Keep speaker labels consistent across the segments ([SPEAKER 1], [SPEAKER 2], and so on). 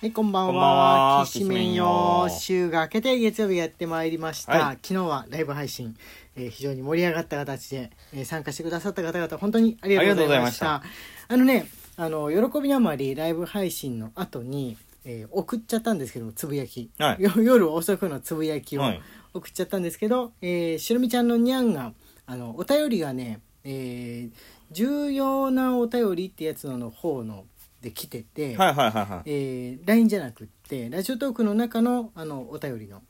[SPEAKER 1] はい、こんばんは。
[SPEAKER 2] こんばんは
[SPEAKER 1] きしめんよ
[SPEAKER 2] きしめんよ。
[SPEAKER 1] 週が明けて月曜日やってまいりました。
[SPEAKER 2] はい
[SPEAKER 1] 昨日はライブ配信、えー非常に盛り上がった形で、えー参加してくださった方々、本当にありがとうございました。あ
[SPEAKER 2] あ
[SPEAKER 1] のね、あの、喜びのあまりライブ配信の後に、えー送っちゃったんですけど、つぶやき。
[SPEAKER 2] はい
[SPEAKER 1] よ夜遅くのつぶやきを
[SPEAKER 2] はい
[SPEAKER 1] 送っちゃったんですけど、えーしろみちゃんのにゃんが、あの、お便りがね、えー重要なお便りってやつの方の、で来てて、
[SPEAKER 2] はいはいはいはい。
[SPEAKER 1] えー、LINE じゃなくってラジオトークの中のあのお便りの、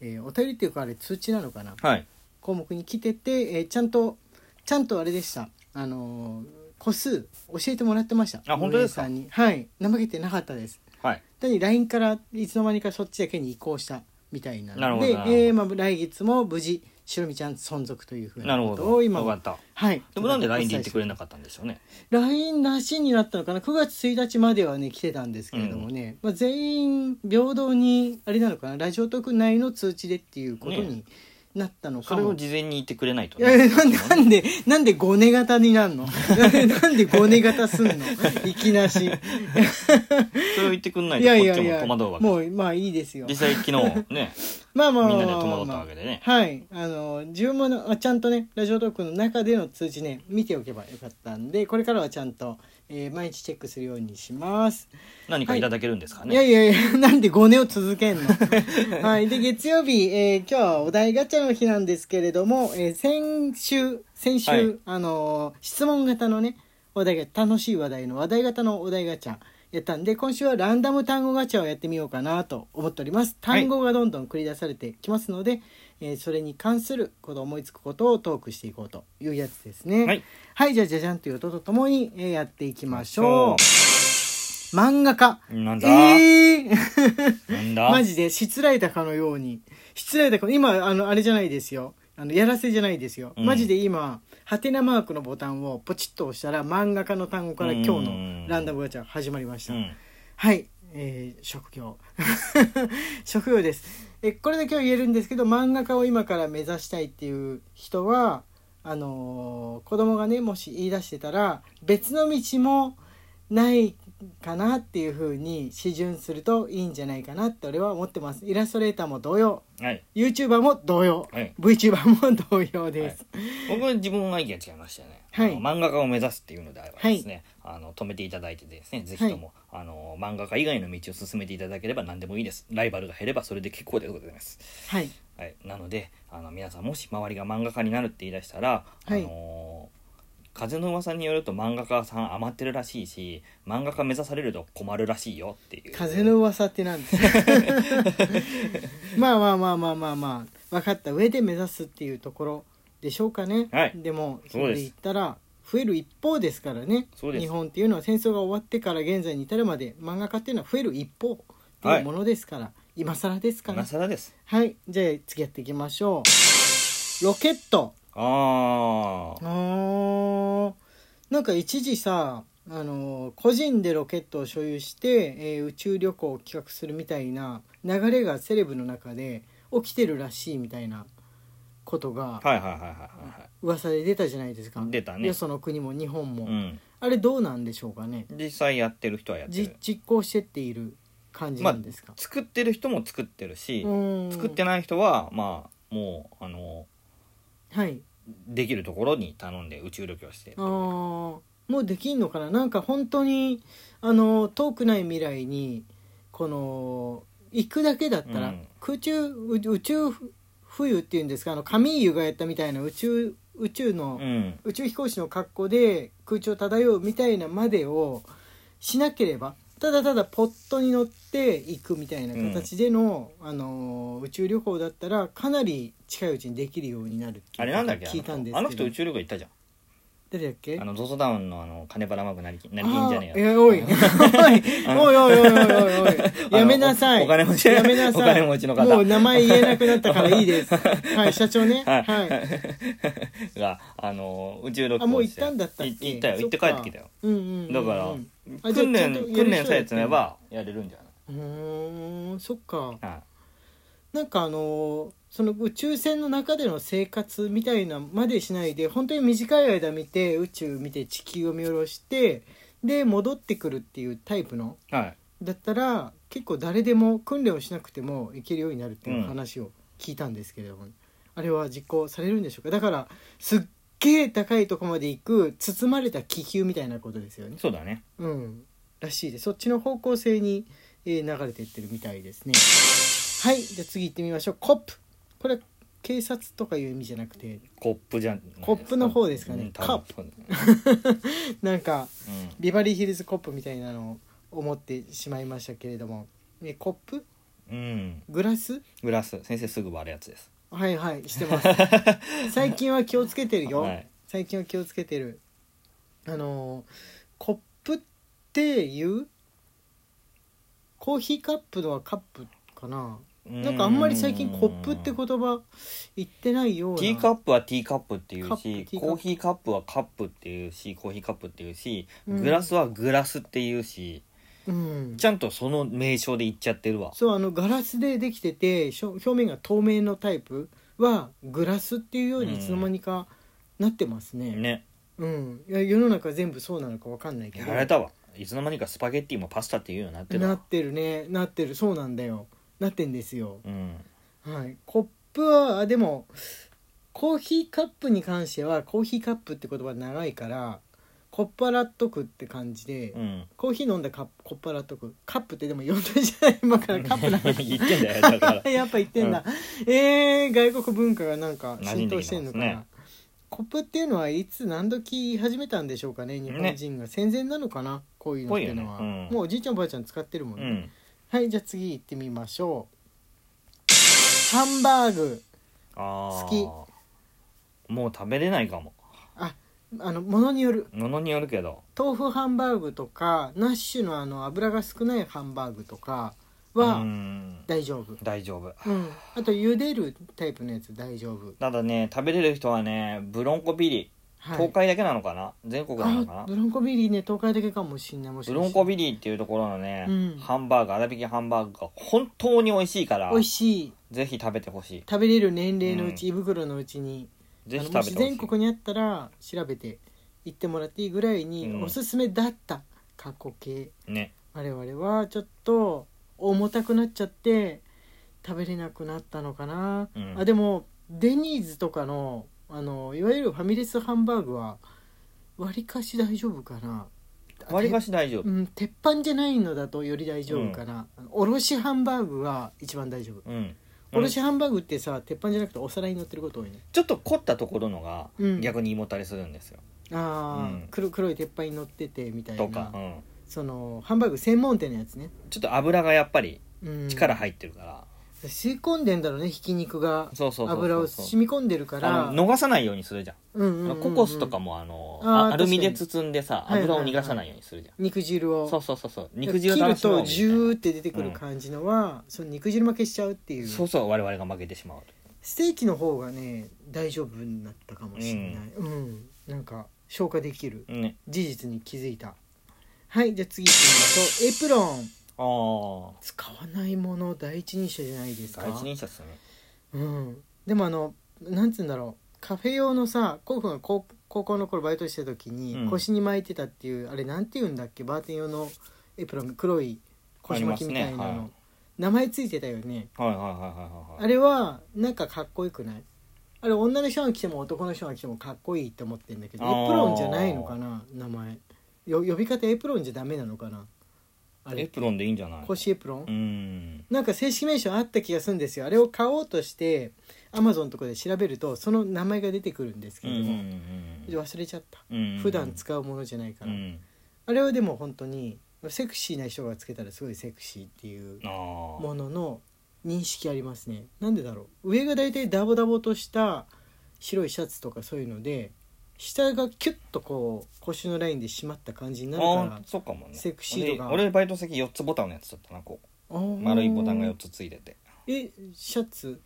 [SPEAKER 1] えーお便りっていうかあれ通知なのかな
[SPEAKER 2] はい。
[SPEAKER 1] 項目に来てて、えーちゃんとちゃんとあれでしたあのー個数教えてもらってました
[SPEAKER 2] あ本当ですか
[SPEAKER 1] 運営さんにはい怠けてなかったです
[SPEAKER 2] はい。
[SPEAKER 1] 単に LINE からいつの間にかそっちだけに移行したみたいな
[SPEAKER 2] なる
[SPEAKER 1] の
[SPEAKER 2] ほど
[SPEAKER 1] で
[SPEAKER 2] なるほど
[SPEAKER 1] えーまあ、来月も無事しろみちゃん存続というふう
[SPEAKER 2] な
[SPEAKER 1] な
[SPEAKER 2] る
[SPEAKER 1] こ
[SPEAKER 2] ほ
[SPEAKER 1] とを
[SPEAKER 2] ど。
[SPEAKER 1] 今
[SPEAKER 2] よか
[SPEAKER 1] も
[SPEAKER 2] った。
[SPEAKER 1] はい
[SPEAKER 2] でもなんで LINE で言ってく
[SPEAKER 1] れ
[SPEAKER 2] れなかったんでしょうね。
[SPEAKER 1] LINE なしになったのかな9月1日まではね来てたんですけれどもね、まあ、全員平等にあれなのかなラジオ特内の通知でっていうことになったの
[SPEAKER 2] そ
[SPEAKER 1] か
[SPEAKER 2] れ
[SPEAKER 1] も、
[SPEAKER 2] を事前に言ってくれないと
[SPEAKER 1] いや
[SPEAKER 2] ね。
[SPEAKER 1] なんでなんでなんでごね型になんの なんでごね 型すんのいきなし
[SPEAKER 2] それを言ってくれない
[SPEAKER 1] い
[SPEAKER 2] と
[SPEAKER 1] やい
[SPEAKER 2] こっ
[SPEAKER 1] や
[SPEAKER 2] ち
[SPEAKER 1] い
[SPEAKER 2] も
[SPEAKER 1] や
[SPEAKER 2] 戸惑うわけ
[SPEAKER 1] も。うまあいいですよ
[SPEAKER 2] 実際昨日 ね、
[SPEAKER 1] まあまあま
[SPEAKER 2] みん
[SPEAKER 1] あま
[SPEAKER 2] なで
[SPEAKER 1] あまあ
[SPEAKER 2] 戸惑ったわけでね。
[SPEAKER 1] はいあの自分もなあちゃんとねラジオトークの中での通知ね見ておけばよかったんでこれからはちゃんと、えー毎日チェックするようにします
[SPEAKER 2] 何かいただけるんですか
[SPEAKER 1] いや
[SPEAKER 2] ね。
[SPEAKER 1] いやいや、なんで5年を続 けんのはい。で、月曜日、えー今日はお題ガチャの日なんですけれども、えー先週、先週、
[SPEAKER 2] はい
[SPEAKER 1] あのー質問型のね、お題が、楽しい話題の話題型のお題ガチャやったんで、今週はランダム単語ガチャをやってみようかなと思っております。
[SPEAKER 2] はい
[SPEAKER 1] 単語がどんどん繰り出されてきますので、えーそれに関すること、思いつくことをトークしていこうというやつですね。
[SPEAKER 2] はい。
[SPEAKER 1] はい、じゃあ、じゃじゃんという音とともに、えーやっていきましょう
[SPEAKER 2] そ。
[SPEAKER 1] 漫画家。
[SPEAKER 2] う。なんだ
[SPEAKER 1] ええ
[SPEAKER 2] なん
[SPEAKER 1] マ
[SPEAKER 2] だ
[SPEAKER 1] ジで、しつらえたかのように。しつらえたかの、今、あの、あれじゃないですよ。あの、やらせじゃないですよ。
[SPEAKER 2] うん
[SPEAKER 1] マジで今、ハテナマークのボタンをポチッと押したら、漫画家の単語から今日のランダムガチャ始まりまし
[SPEAKER 2] う
[SPEAKER 1] た。
[SPEAKER 2] ん。
[SPEAKER 1] はい、えー職業。 職業です。え、これだけは言えるんですけど、漫画家を今から目指したいっていう人は、あのー子供がね、もし言い出してたら、別の道もないかなっていう風に指準するといいんじゃないかなって俺は思ってます。イラストレーターも同様、
[SPEAKER 2] はい。
[SPEAKER 1] YouTuber も同様、
[SPEAKER 2] はい
[SPEAKER 1] VTuber も同様です。
[SPEAKER 2] 僕は自分は意見違いましたよね、
[SPEAKER 1] はい
[SPEAKER 2] あの漫画家を目指すっていうのであればですね、あの止めていただいてですねぜひとも、あの漫画家以外の道を進めていただければ何でもいいですライバルが減ればそれで結構でございます、
[SPEAKER 1] はい。
[SPEAKER 2] はい、なのであの皆さんもし周りが漫画家になるって言い出したら、
[SPEAKER 1] はい
[SPEAKER 2] あの風の噂によると漫画家さん余ってるらしいし漫画家目指されると困るらしいよっていう
[SPEAKER 1] 風の噂ってなんですか まあまあまあまあまあまあ分かった上で目指すっていうところでしょうかね、
[SPEAKER 2] はい
[SPEAKER 1] でもそ
[SPEAKER 2] そう
[SPEAKER 1] れ
[SPEAKER 2] です
[SPEAKER 1] で言ったら増える一方ですからね
[SPEAKER 2] そうです
[SPEAKER 1] 日本っていうのは戦争が終わってから現在に至るまで漫画家っていうのは増える一方っていうものですから、今更ですから
[SPEAKER 2] 今更です
[SPEAKER 1] はいじゃあ次やっていきましょうロケット
[SPEAKER 2] ああ
[SPEAKER 1] あーなんか一時さあのー個人でロケットを所有して、えー宇宙旅行を企画するみたいな流れがセレブの中で起きてるらしいみたいなことが
[SPEAKER 2] はいはいはいはいは
[SPEAKER 1] 噂で出たじゃないですか
[SPEAKER 2] 出たね
[SPEAKER 1] よその国も日本も、
[SPEAKER 2] い、うん、
[SPEAKER 1] あれどうなんでしょうかね
[SPEAKER 2] 実際やってる人はやって
[SPEAKER 1] じ
[SPEAKER 2] る
[SPEAKER 1] 実行してっている感じなんですか、
[SPEAKER 2] 作ってる人も作ってるし、
[SPEAKER 1] うん
[SPEAKER 2] 作ってない人はまあもうあの
[SPEAKER 1] はい
[SPEAKER 2] できるところに頼んで宇宙旅行して
[SPEAKER 1] あーもうできんのかななんか本当にあの遠くない未来にこの行くだけだったら、
[SPEAKER 2] うん
[SPEAKER 1] 空中う宇宙冬っていうんですかあのカミーユがやったみたいな宇宙宇宙の、
[SPEAKER 2] うん
[SPEAKER 1] 宇宙飛行士の格好で空中を漂うみたいなまでをしなければただただポットに乗って行くみたいな形での、あの宇宙旅行だったらかなり近いうちにできるようになるって
[SPEAKER 2] あ
[SPEAKER 1] いう
[SPEAKER 2] れ
[SPEAKER 1] こ
[SPEAKER 2] な
[SPEAKER 1] と
[SPEAKER 2] んだっけ
[SPEAKER 1] 聞いたんですけど
[SPEAKER 2] あの人宇宙旅行行ったじゃ
[SPEAKER 1] 誰だっけ
[SPEAKER 2] んあの ZOZO ダウンのあの金ばらまくなりきなりきんじゃねえよ
[SPEAKER 1] あーおい おいおいおいおいおいおい
[SPEAKER 2] あの
[SPEAKER 1] やめなさい
[SPEAKER 2] おお金持ち
[SPEAKER 1] やめなさい
[SPEAKER 2] お金持ちの方
[SPEAKER 1] もう名前言えなくなったからい いですはい社長ねは、
[SPEAKER 2] はいいがあの宇宙旅行
[SPEAKER 1] あもう行ったんだったっ
[SPEAKER 2] い
[SPEAKER 1] け
[SPEAKER 2] 行ったよ行って帰ってきたよ
[SPEAKER 1] うんうんうんうん
[SPEAKER 2] だから、
[SPEAKER 1] あじゃあ
[SPEAKER 2] 訓練
[SPEAKER 1] ちゃんとやる人
[SPEAKER 2] 訓練さえ積めばやれるんじゃ
[SPEAKER 1] うーんそっか
[SPEAKER 2] ない、はい
[SPEAKER 1] なんかあのーその宇宙船の中での生活みたいなまでしないで本当に短い間見て宇宙見て地球を見下ろしてで戻ってくるっていうタイプの
[SPEAKER 2] はい
[SPEAKER 1] だったら結構誰でも訓練をしなくてもいけるようになるっていう話を聞いたんですけれども、あれは実行されるんでしょうかだからすっげえ高いとこまで行く包まれた気球みたいなことですよね。
[SPEAKER 2] そうだね
[SPEAKER 1] うん、らしいですそっちの方向性に、えー流れてってるみたいですねはいじゃあ次行ってみましょうコップこれ警察とかいう意味じゃなくて
[SPEAKER 2] コップじゃん
[SPEAKER 1] コップの方ですかね
[SPEAKER 2] うん多分
[SPEAKER 1] なんか
[SPEAKER 2] うん
[SPEAKER 1] ビバリーヒルズコップみたいなのを思ってしまいましたけれども、えコップ
[SPEAKER 2] うん、
[SPEAKER 1] グラス
[SPEAKER 2] グラス先生すぐ割るやつです
[SPEAKER 1] はいはいし てます最近は気をつけてるよ、
[SPEAKER 2] はい
[SPEAKER 1] 最近は気をつけてるあのーコップっていうコーヒーカップのはカップかななんかあんまり最近コップって言葉言ってないような
[SPEAKER 2] ティーカップはティーカップっていう
[SPEAKER 1] カップティー
[SPEAKER 2] し
[SPEAKER 1] カップ
[SPEAKER 2] コーヒーカップはカップっていうしコーヒーカップっていうし
[SPEAKER 1] うん
[SPEAKER 2] グラスはグラスっていうし、
[SPEAKER 1] うん
[SPEAKER 2] ちゃんとその名称で言っちゃってるわ
[SPEAKER 1] そうあのガラスでできててしょ表面が透明のタイプはグラスっていうようにいつの間にかなってますね、
[SPEAKER 2] ね
[SPEAKER 1] うんいや世の中全部そうなのかわかんないけ
[SPEAKER 2] や
[SPEAKER 1] ど
[SPEAKER 2] られたわいつの間にかスパゲッティもパスタっていうようになってた
[SPEAKER 1] な
[SPEAKER 2] わ
[SPEAKER 1] ってるねなってるそうなんだよなってんですよ
[SPEAKER 2] うん
[SPEAKER 1] はいコップはあでもコーヒーカップに関してはコーヒーカップって言葉長いからコッパラっとくって感じで、
[SPEAKER 2] うん
[SPEAKER 1] コーヒー飲んだカップコッパラっとくカップってでも呼んでんじゃない今 からカップな
[SPEAKER 2] 言ってんだよだ から
[SPEAKER 1] やっぱ言ってんだ、えー、外国文化がなんか浸透してんのかな
[SPEAKER 2] 馴染んできてますね
[SPEAKER 1] コップっていうのはいつ何時言い始めたんでしょうかね日本人が戦前なのかなこういうのっていうのは、
[SPEAKER 2] ぽいよねうん
[SPEAKER 1] もうおじいちゃんおばあちゃん使ってるもん
[SPEAKER 2] う
[SPEAKER 1] ね、
[SPEAKER 2] ん
[SPEAKER 1] はいじゃあ次行ってみましょうハンバーグ
[SPEAKER 2] ああ
[SPEAKER 1] 好
[SPEAKER 2] もう食べれないかも
[SPEAKER 1] ああのものによる
[SPEAKER 2] ものによるけど
[SPEAKER 1] 豆腐ハンバーグとかナッシュのあの油が少ないハンバーグとかは
[SPEAKER 2] うん
[SPEAKER 1] 大丈夫
[SPEAKER 2] 大丈夫
[SPEAKER 1] うん、あと茹でるタイプのやつ大丈夫
[SPEAKER 2] ただね食べれる人はねブロンコビリ
[SPEAKER 1] はい
[SPEAKER 2] 東海だけなのかな、全国なのか
[SPEAKER 1] あ
[SPEAKER 2] な
[SPEAKER 1] ブロンコビリーね東海だけかもしんないもし
[SPEAKER 2] ブ
[SPEAKER 1] かして
[SPEAKER 2] ロンコビリーっていうところのね、
[SPEAKER 1] うん
[SPEAKER 2] ハンバーグ粗挽きハンバーグが本当に美味しいから
[SPEAKER 1] 美味しい
[SPEAKER 2] ぜひ食べてほしい
[SPEAKER 1] 食べれる年齢のうち、胃袋のうちに
[SPEAKER 2] ぜひ
[SPEAKER 1] あ
[SPEAKER 2] 食べてほ
[SPEAKER 1] のもし
[SPEAKER 2] しい
[SPEAKER 1] 全国にあったら調べて行ってもらっていいぐらいに、
[SPEAKER 2] うん
[SPEAKER 1] おすすめだった過去形
[SPEAKER 2] ね
[SPEAKER 1] 我々はちょっと重たくなっちゃって食べれなくなったのかな、
[SPEAKER 2] うん
[SPEAKER 1] あでもデニーズとかのあのいわゆるファミレスハンバーグは割りかし大丈夫かな
[SPEAKER 2] 割りか
[SPEAKER 1] し、
[SPEAKER 2] し大丈夫
[SPEAKER 1] うん、鉄板じゃないのだとより大丈夫かな、あのおろしハンバーグは一番大丈夫、
[SPEAKER 2] うん、
[SPEAKER 1] おろしハンバーグってさ鉄板じゃなくてお皿に乗ってること多いね
[SPEAKER 2] ちょっと凝ったところのが
[SPEAKER 1] うん
[SPEAKER 2] 逆に胃もたれするんですよ、
[SPEAKER 1] ああ、
[SPEAKER 2] うん
[SPEAKER 1] 黒黒い鉄板に乗っててみたいな
[SPEAKER 2] とか、うん、
[SPEAKER 1] そのハンバーグ専門店のやつね、
[SPEAKER 2] ちょっと油がやっぱり
[SPEAKER 1] うん、
[SPEAKER 2] 力入ってるから、
[SPEAKER 1] 吸い込んでんだろうねひき肉が
[SPEAKER 2] そうそうそうそう
[SPEAKER 1] 油を染み込んでるから
[SPEAKER 2] あの逃さないようにするじゃん,、
[SPEAKER 1] うんうんうんうん
[SPEAKER 2] ココスとかもあの
[SPEAKER 1] あー
[SPEAKER 2] あアルミで
[SPEAKER 1] 確かに
[SPEAKER 2] 包んでさ
[SPEAKER 1] はいはい
[SPEAKER 2] 油
[SPEAKER 1] はい
[SPEAKER 2] を逃がさないようにするじゃん、
[SPEAKER 1] 肉汁を
[SPEAKER 2] そうそうそうそう肉汁
[SPEAKER 1] 切
[SPEAKER 2] が
[SPEAKER 1] るとジュ
[SPEAKER 2] う
[SPEAKER 1] ーって出てくる感じのは、その肉汁負けしちゃうっていう
[SPEAKER 2] そうそう我々が負けてしまう
[SPEAKER 1] ステーキの方がね大丈夫になったかもしれないうん、なんか消化できる
[SPEAKER 2] ね
[SPEAKER 1] 事実に気づいたはいじゃあ次行ってみましょうエプロン
[SPEAKER 2] ああ
[SPEAKER 1] 使わないもの第一人者じゃないですか
[SPEAKER 2] 第一人者っすね
[SPEAKER 1] うん、でもあのなんつうんだろうカフェ用のさコウ君が高高校の頃バイトしてた時に、
[SPEAKER 2] うん
[SPEAKER 1] 腰に巻いてたっていうあれなんて言うんだっけバーテン用のエプロン黒い腰巻きみたいなの、
[SPEAKER 2] ありますねはい
[SPEAKER 1] 名前ついてたよね
[SPEAKER 2] はいはいはいはいはい
[SPEAKER 1] あれはなんかかっこよくないあれ女の人が来ても男の人が来てもかっこいいって思ってるんだけど
[SPEAKER 2] あー
[SPEAKER 1] エプロンじゃないのかな名前よ呼び方エプロンじゃダメなのかなあ
[SPEAKER 2] エ
[SPEAKER 1] れ
[SPEAKER 2] プロンでいいんじゃない
[SPEAKER 1] 腰エプロン
[SPEAKER 2] うん
[SPEAKER 1] なんか正式名称あった気がするんですよあれを買おうとしてアマゾンとかで調べるとその名前が出てくるんですけ
[SPEAKER 2] うん
[SPEAKER 1] れ
[SPEAKER 2] う
[SPEAKER 1] ども、
[SPEAKER 2] ん
[SPEAKER 1] 忘れちゃった、
[SPEAKER 2] うんうん
[SPEAKER 1] 普段使うものじゃないから、
[SPEAKER 2] うん
[SPEAKER 1] あれはでも本当にセクシーな人がつけたらすごいセクシーっていう
[SPEAKER 2] あ
[SPEAKER 1] ものの認識ありますねなんでだろう上が大体ダボダボとした白いシャツとかそういうので下がキュッとこう腰のラインで締まった感じにな
[SPEAKER 2] ー
[SPEAKER 1] るから
[SPEAKER 2] あーそうかもね
[SPEAKER 1] セクシー度が
[SPEAKER 2] で俺バイト先4つボタンのやつだったなこう
[SPEAKER 1] あー
[SPEAKER 2] 丸いボタンが4つついてて
[SPEAKER 1] えシャツ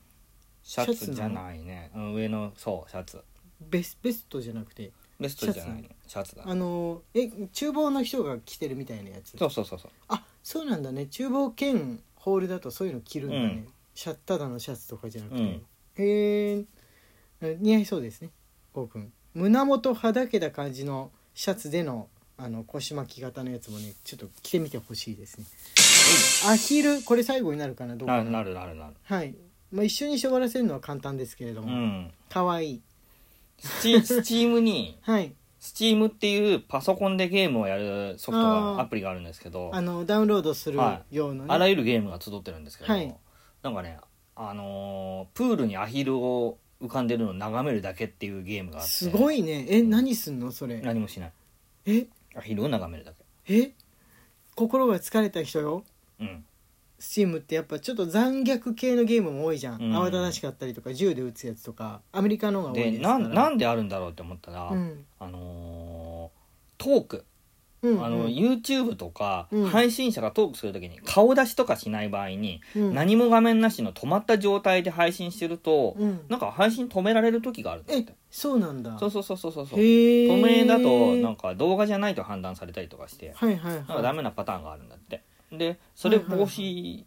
[SPEAKER 2] シャツじゃないねうん上のそうシャツ
[SPEAKER 1] ベスベストじゃなくて
[SPEAKER 2] ベストじゃないねシャツだ
[SPEAKER 1] あのえ厨房の人が着てるみたいなやつ
[SPEAKER 2] そうそうそうそう
[SPEAKER 1] あそうなんだね厨房兼ホールだとそういうの着るんだね、
[SPEAKER 2] うん
[SPEAKER 1] シャッターだのシャツとかじゃなくて、
[SPEAKER 2] うん
[SPEAKER 1] へえ似合いそうですねこうくん胸元はだけた感じのシャツでのあの腰巻き型のやつもねちょっと着てみてほしいですねアヒルこれ最後になるかなどうか
[SPEAKER 2] ななるなるなる
[SPEAKER 1] はい、まあ、一緒に終わらせるのは簡単ですけれど
[SPEAKER 2] う
[SPEAKER 1] も
[SPEAKER 2] ん
[SPEAKER 1] 可愛、いい
[SPEAKER 2] スチスチームに
[SPEAKER 1] はい
[SPEAKER 2] スチームっていうパソコンでゲームをやるソフト
[SPEAKER 1] あ
[SPEAKER 2] が
[SPEAKER 1] ー
[SPEAKER 2] アプリがあるんですけど
[SPEAKER 1] あのダウンロードする用のね、
[SPEAKER 2] あらゆるゲームが集ってるんですけど、
[SPEAKER 1] はい
[SPEAKER 2] なんかねあのープールにアヒルを浮かんでるのを眺めるだけっていうゲームがあって
[SPEAKER 1] すごいねえ何すんのそれ
[SPEAKER 2] 何もしない
[SPEAKER 1] え
[SPEAKER 2] アヒルを眺めるだけ
[SPEAKER 1] え心が疲れた人よ
[SPEAKER 2] うん
[SPEAKER 1] スチームってやっぱちょっと残虐系のゲームも多いじゃん、
[SPEAKER 2] うん
[SPEAKER 1] 慌ただしかったりとか銃で撃つやつとかアメリカの方が多
[SPEAKER 2] で
[SPEAKER 1] いです
[SPEAKER 2] な
[SPEAKER 1] から
[SPEAKER 2] んなんであるんだろうって思ったら、
[SPEAKER 1] うん
[SPEAKER 2] あのートーク、
[SPEAKER 1] うんうん
[SPEAKER 2] あの YouTube とか、
[SPEAKER 1] うん
[SPEAKER 2] 配信者がトークするときに顔出しとかしない場合に、
[SPEAKER 1] うん
[SPEAKER 2] 何も画面なしの止まった状態で配信してると、
[SPEAKER 1] うん
[SPEAKER 2] なんか配信止められる時があるんだっ
[SPEAKER 1] え
[SPEAKER 2] て
[SPEAKER 1] そうなんだ
[SPEAKER 2] そうそうそうそうそう
[SPEAKER 1] へー
[SPEAKER 2] 透明だとなんか動画じゃないと判断されたりとかして
[SPEAKER 1] はいはいはい
[SPEAKER 2] なんかダメなパターンがあるんだってでそれ防止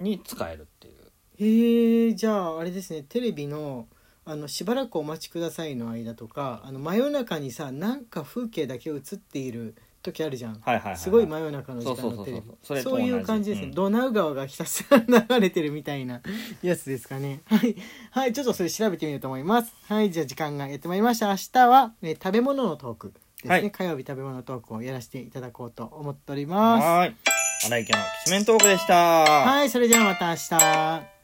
[SPEAKER 2] に使えるっていう
[SPEAKER 1] へえじゃああれですねテレビのあの「しばらくお待ちください」の間とかあの真夜中にさなんか風景だけ映っている時あるじゃ
[SPEAKER 2] は
[SPEAKER 1] ん、
[SPEAKER 2] いはいはいはい
[SPEAKER 1] すごい真夜中の時間
[SPEAKER 2] そ
[SPEAKER 1] の
[SPEAKER 2] うそうそうそう
[SPEAKER 1] テレ
[SPEAKER 2] それ
[SPEAKER 1] ビ
[SPEAKER 2] と同
[SPEAKER 1] そう
[SPEAKER 2] じ
[SPEAKER 1] いう感じですね、
[SPEAKER 2] うん
[SPEAKER 1] ドナウ川がひたすら流れてるみたいなやつですかねはい、はい、ちょっとそれ調べてみようと思いますはいじゃあ時間がやってまいりました明日は、えー食べ物のトークですね、
[SPEAKER 2] はい
[SPEAKER 1] 火曜日食べ物トークをやらせていただこうと思っております
[SPEAKER 2] はーい荒井家のきしめんトークでした
[SPEAKER 1] はいそれじゃあまた明日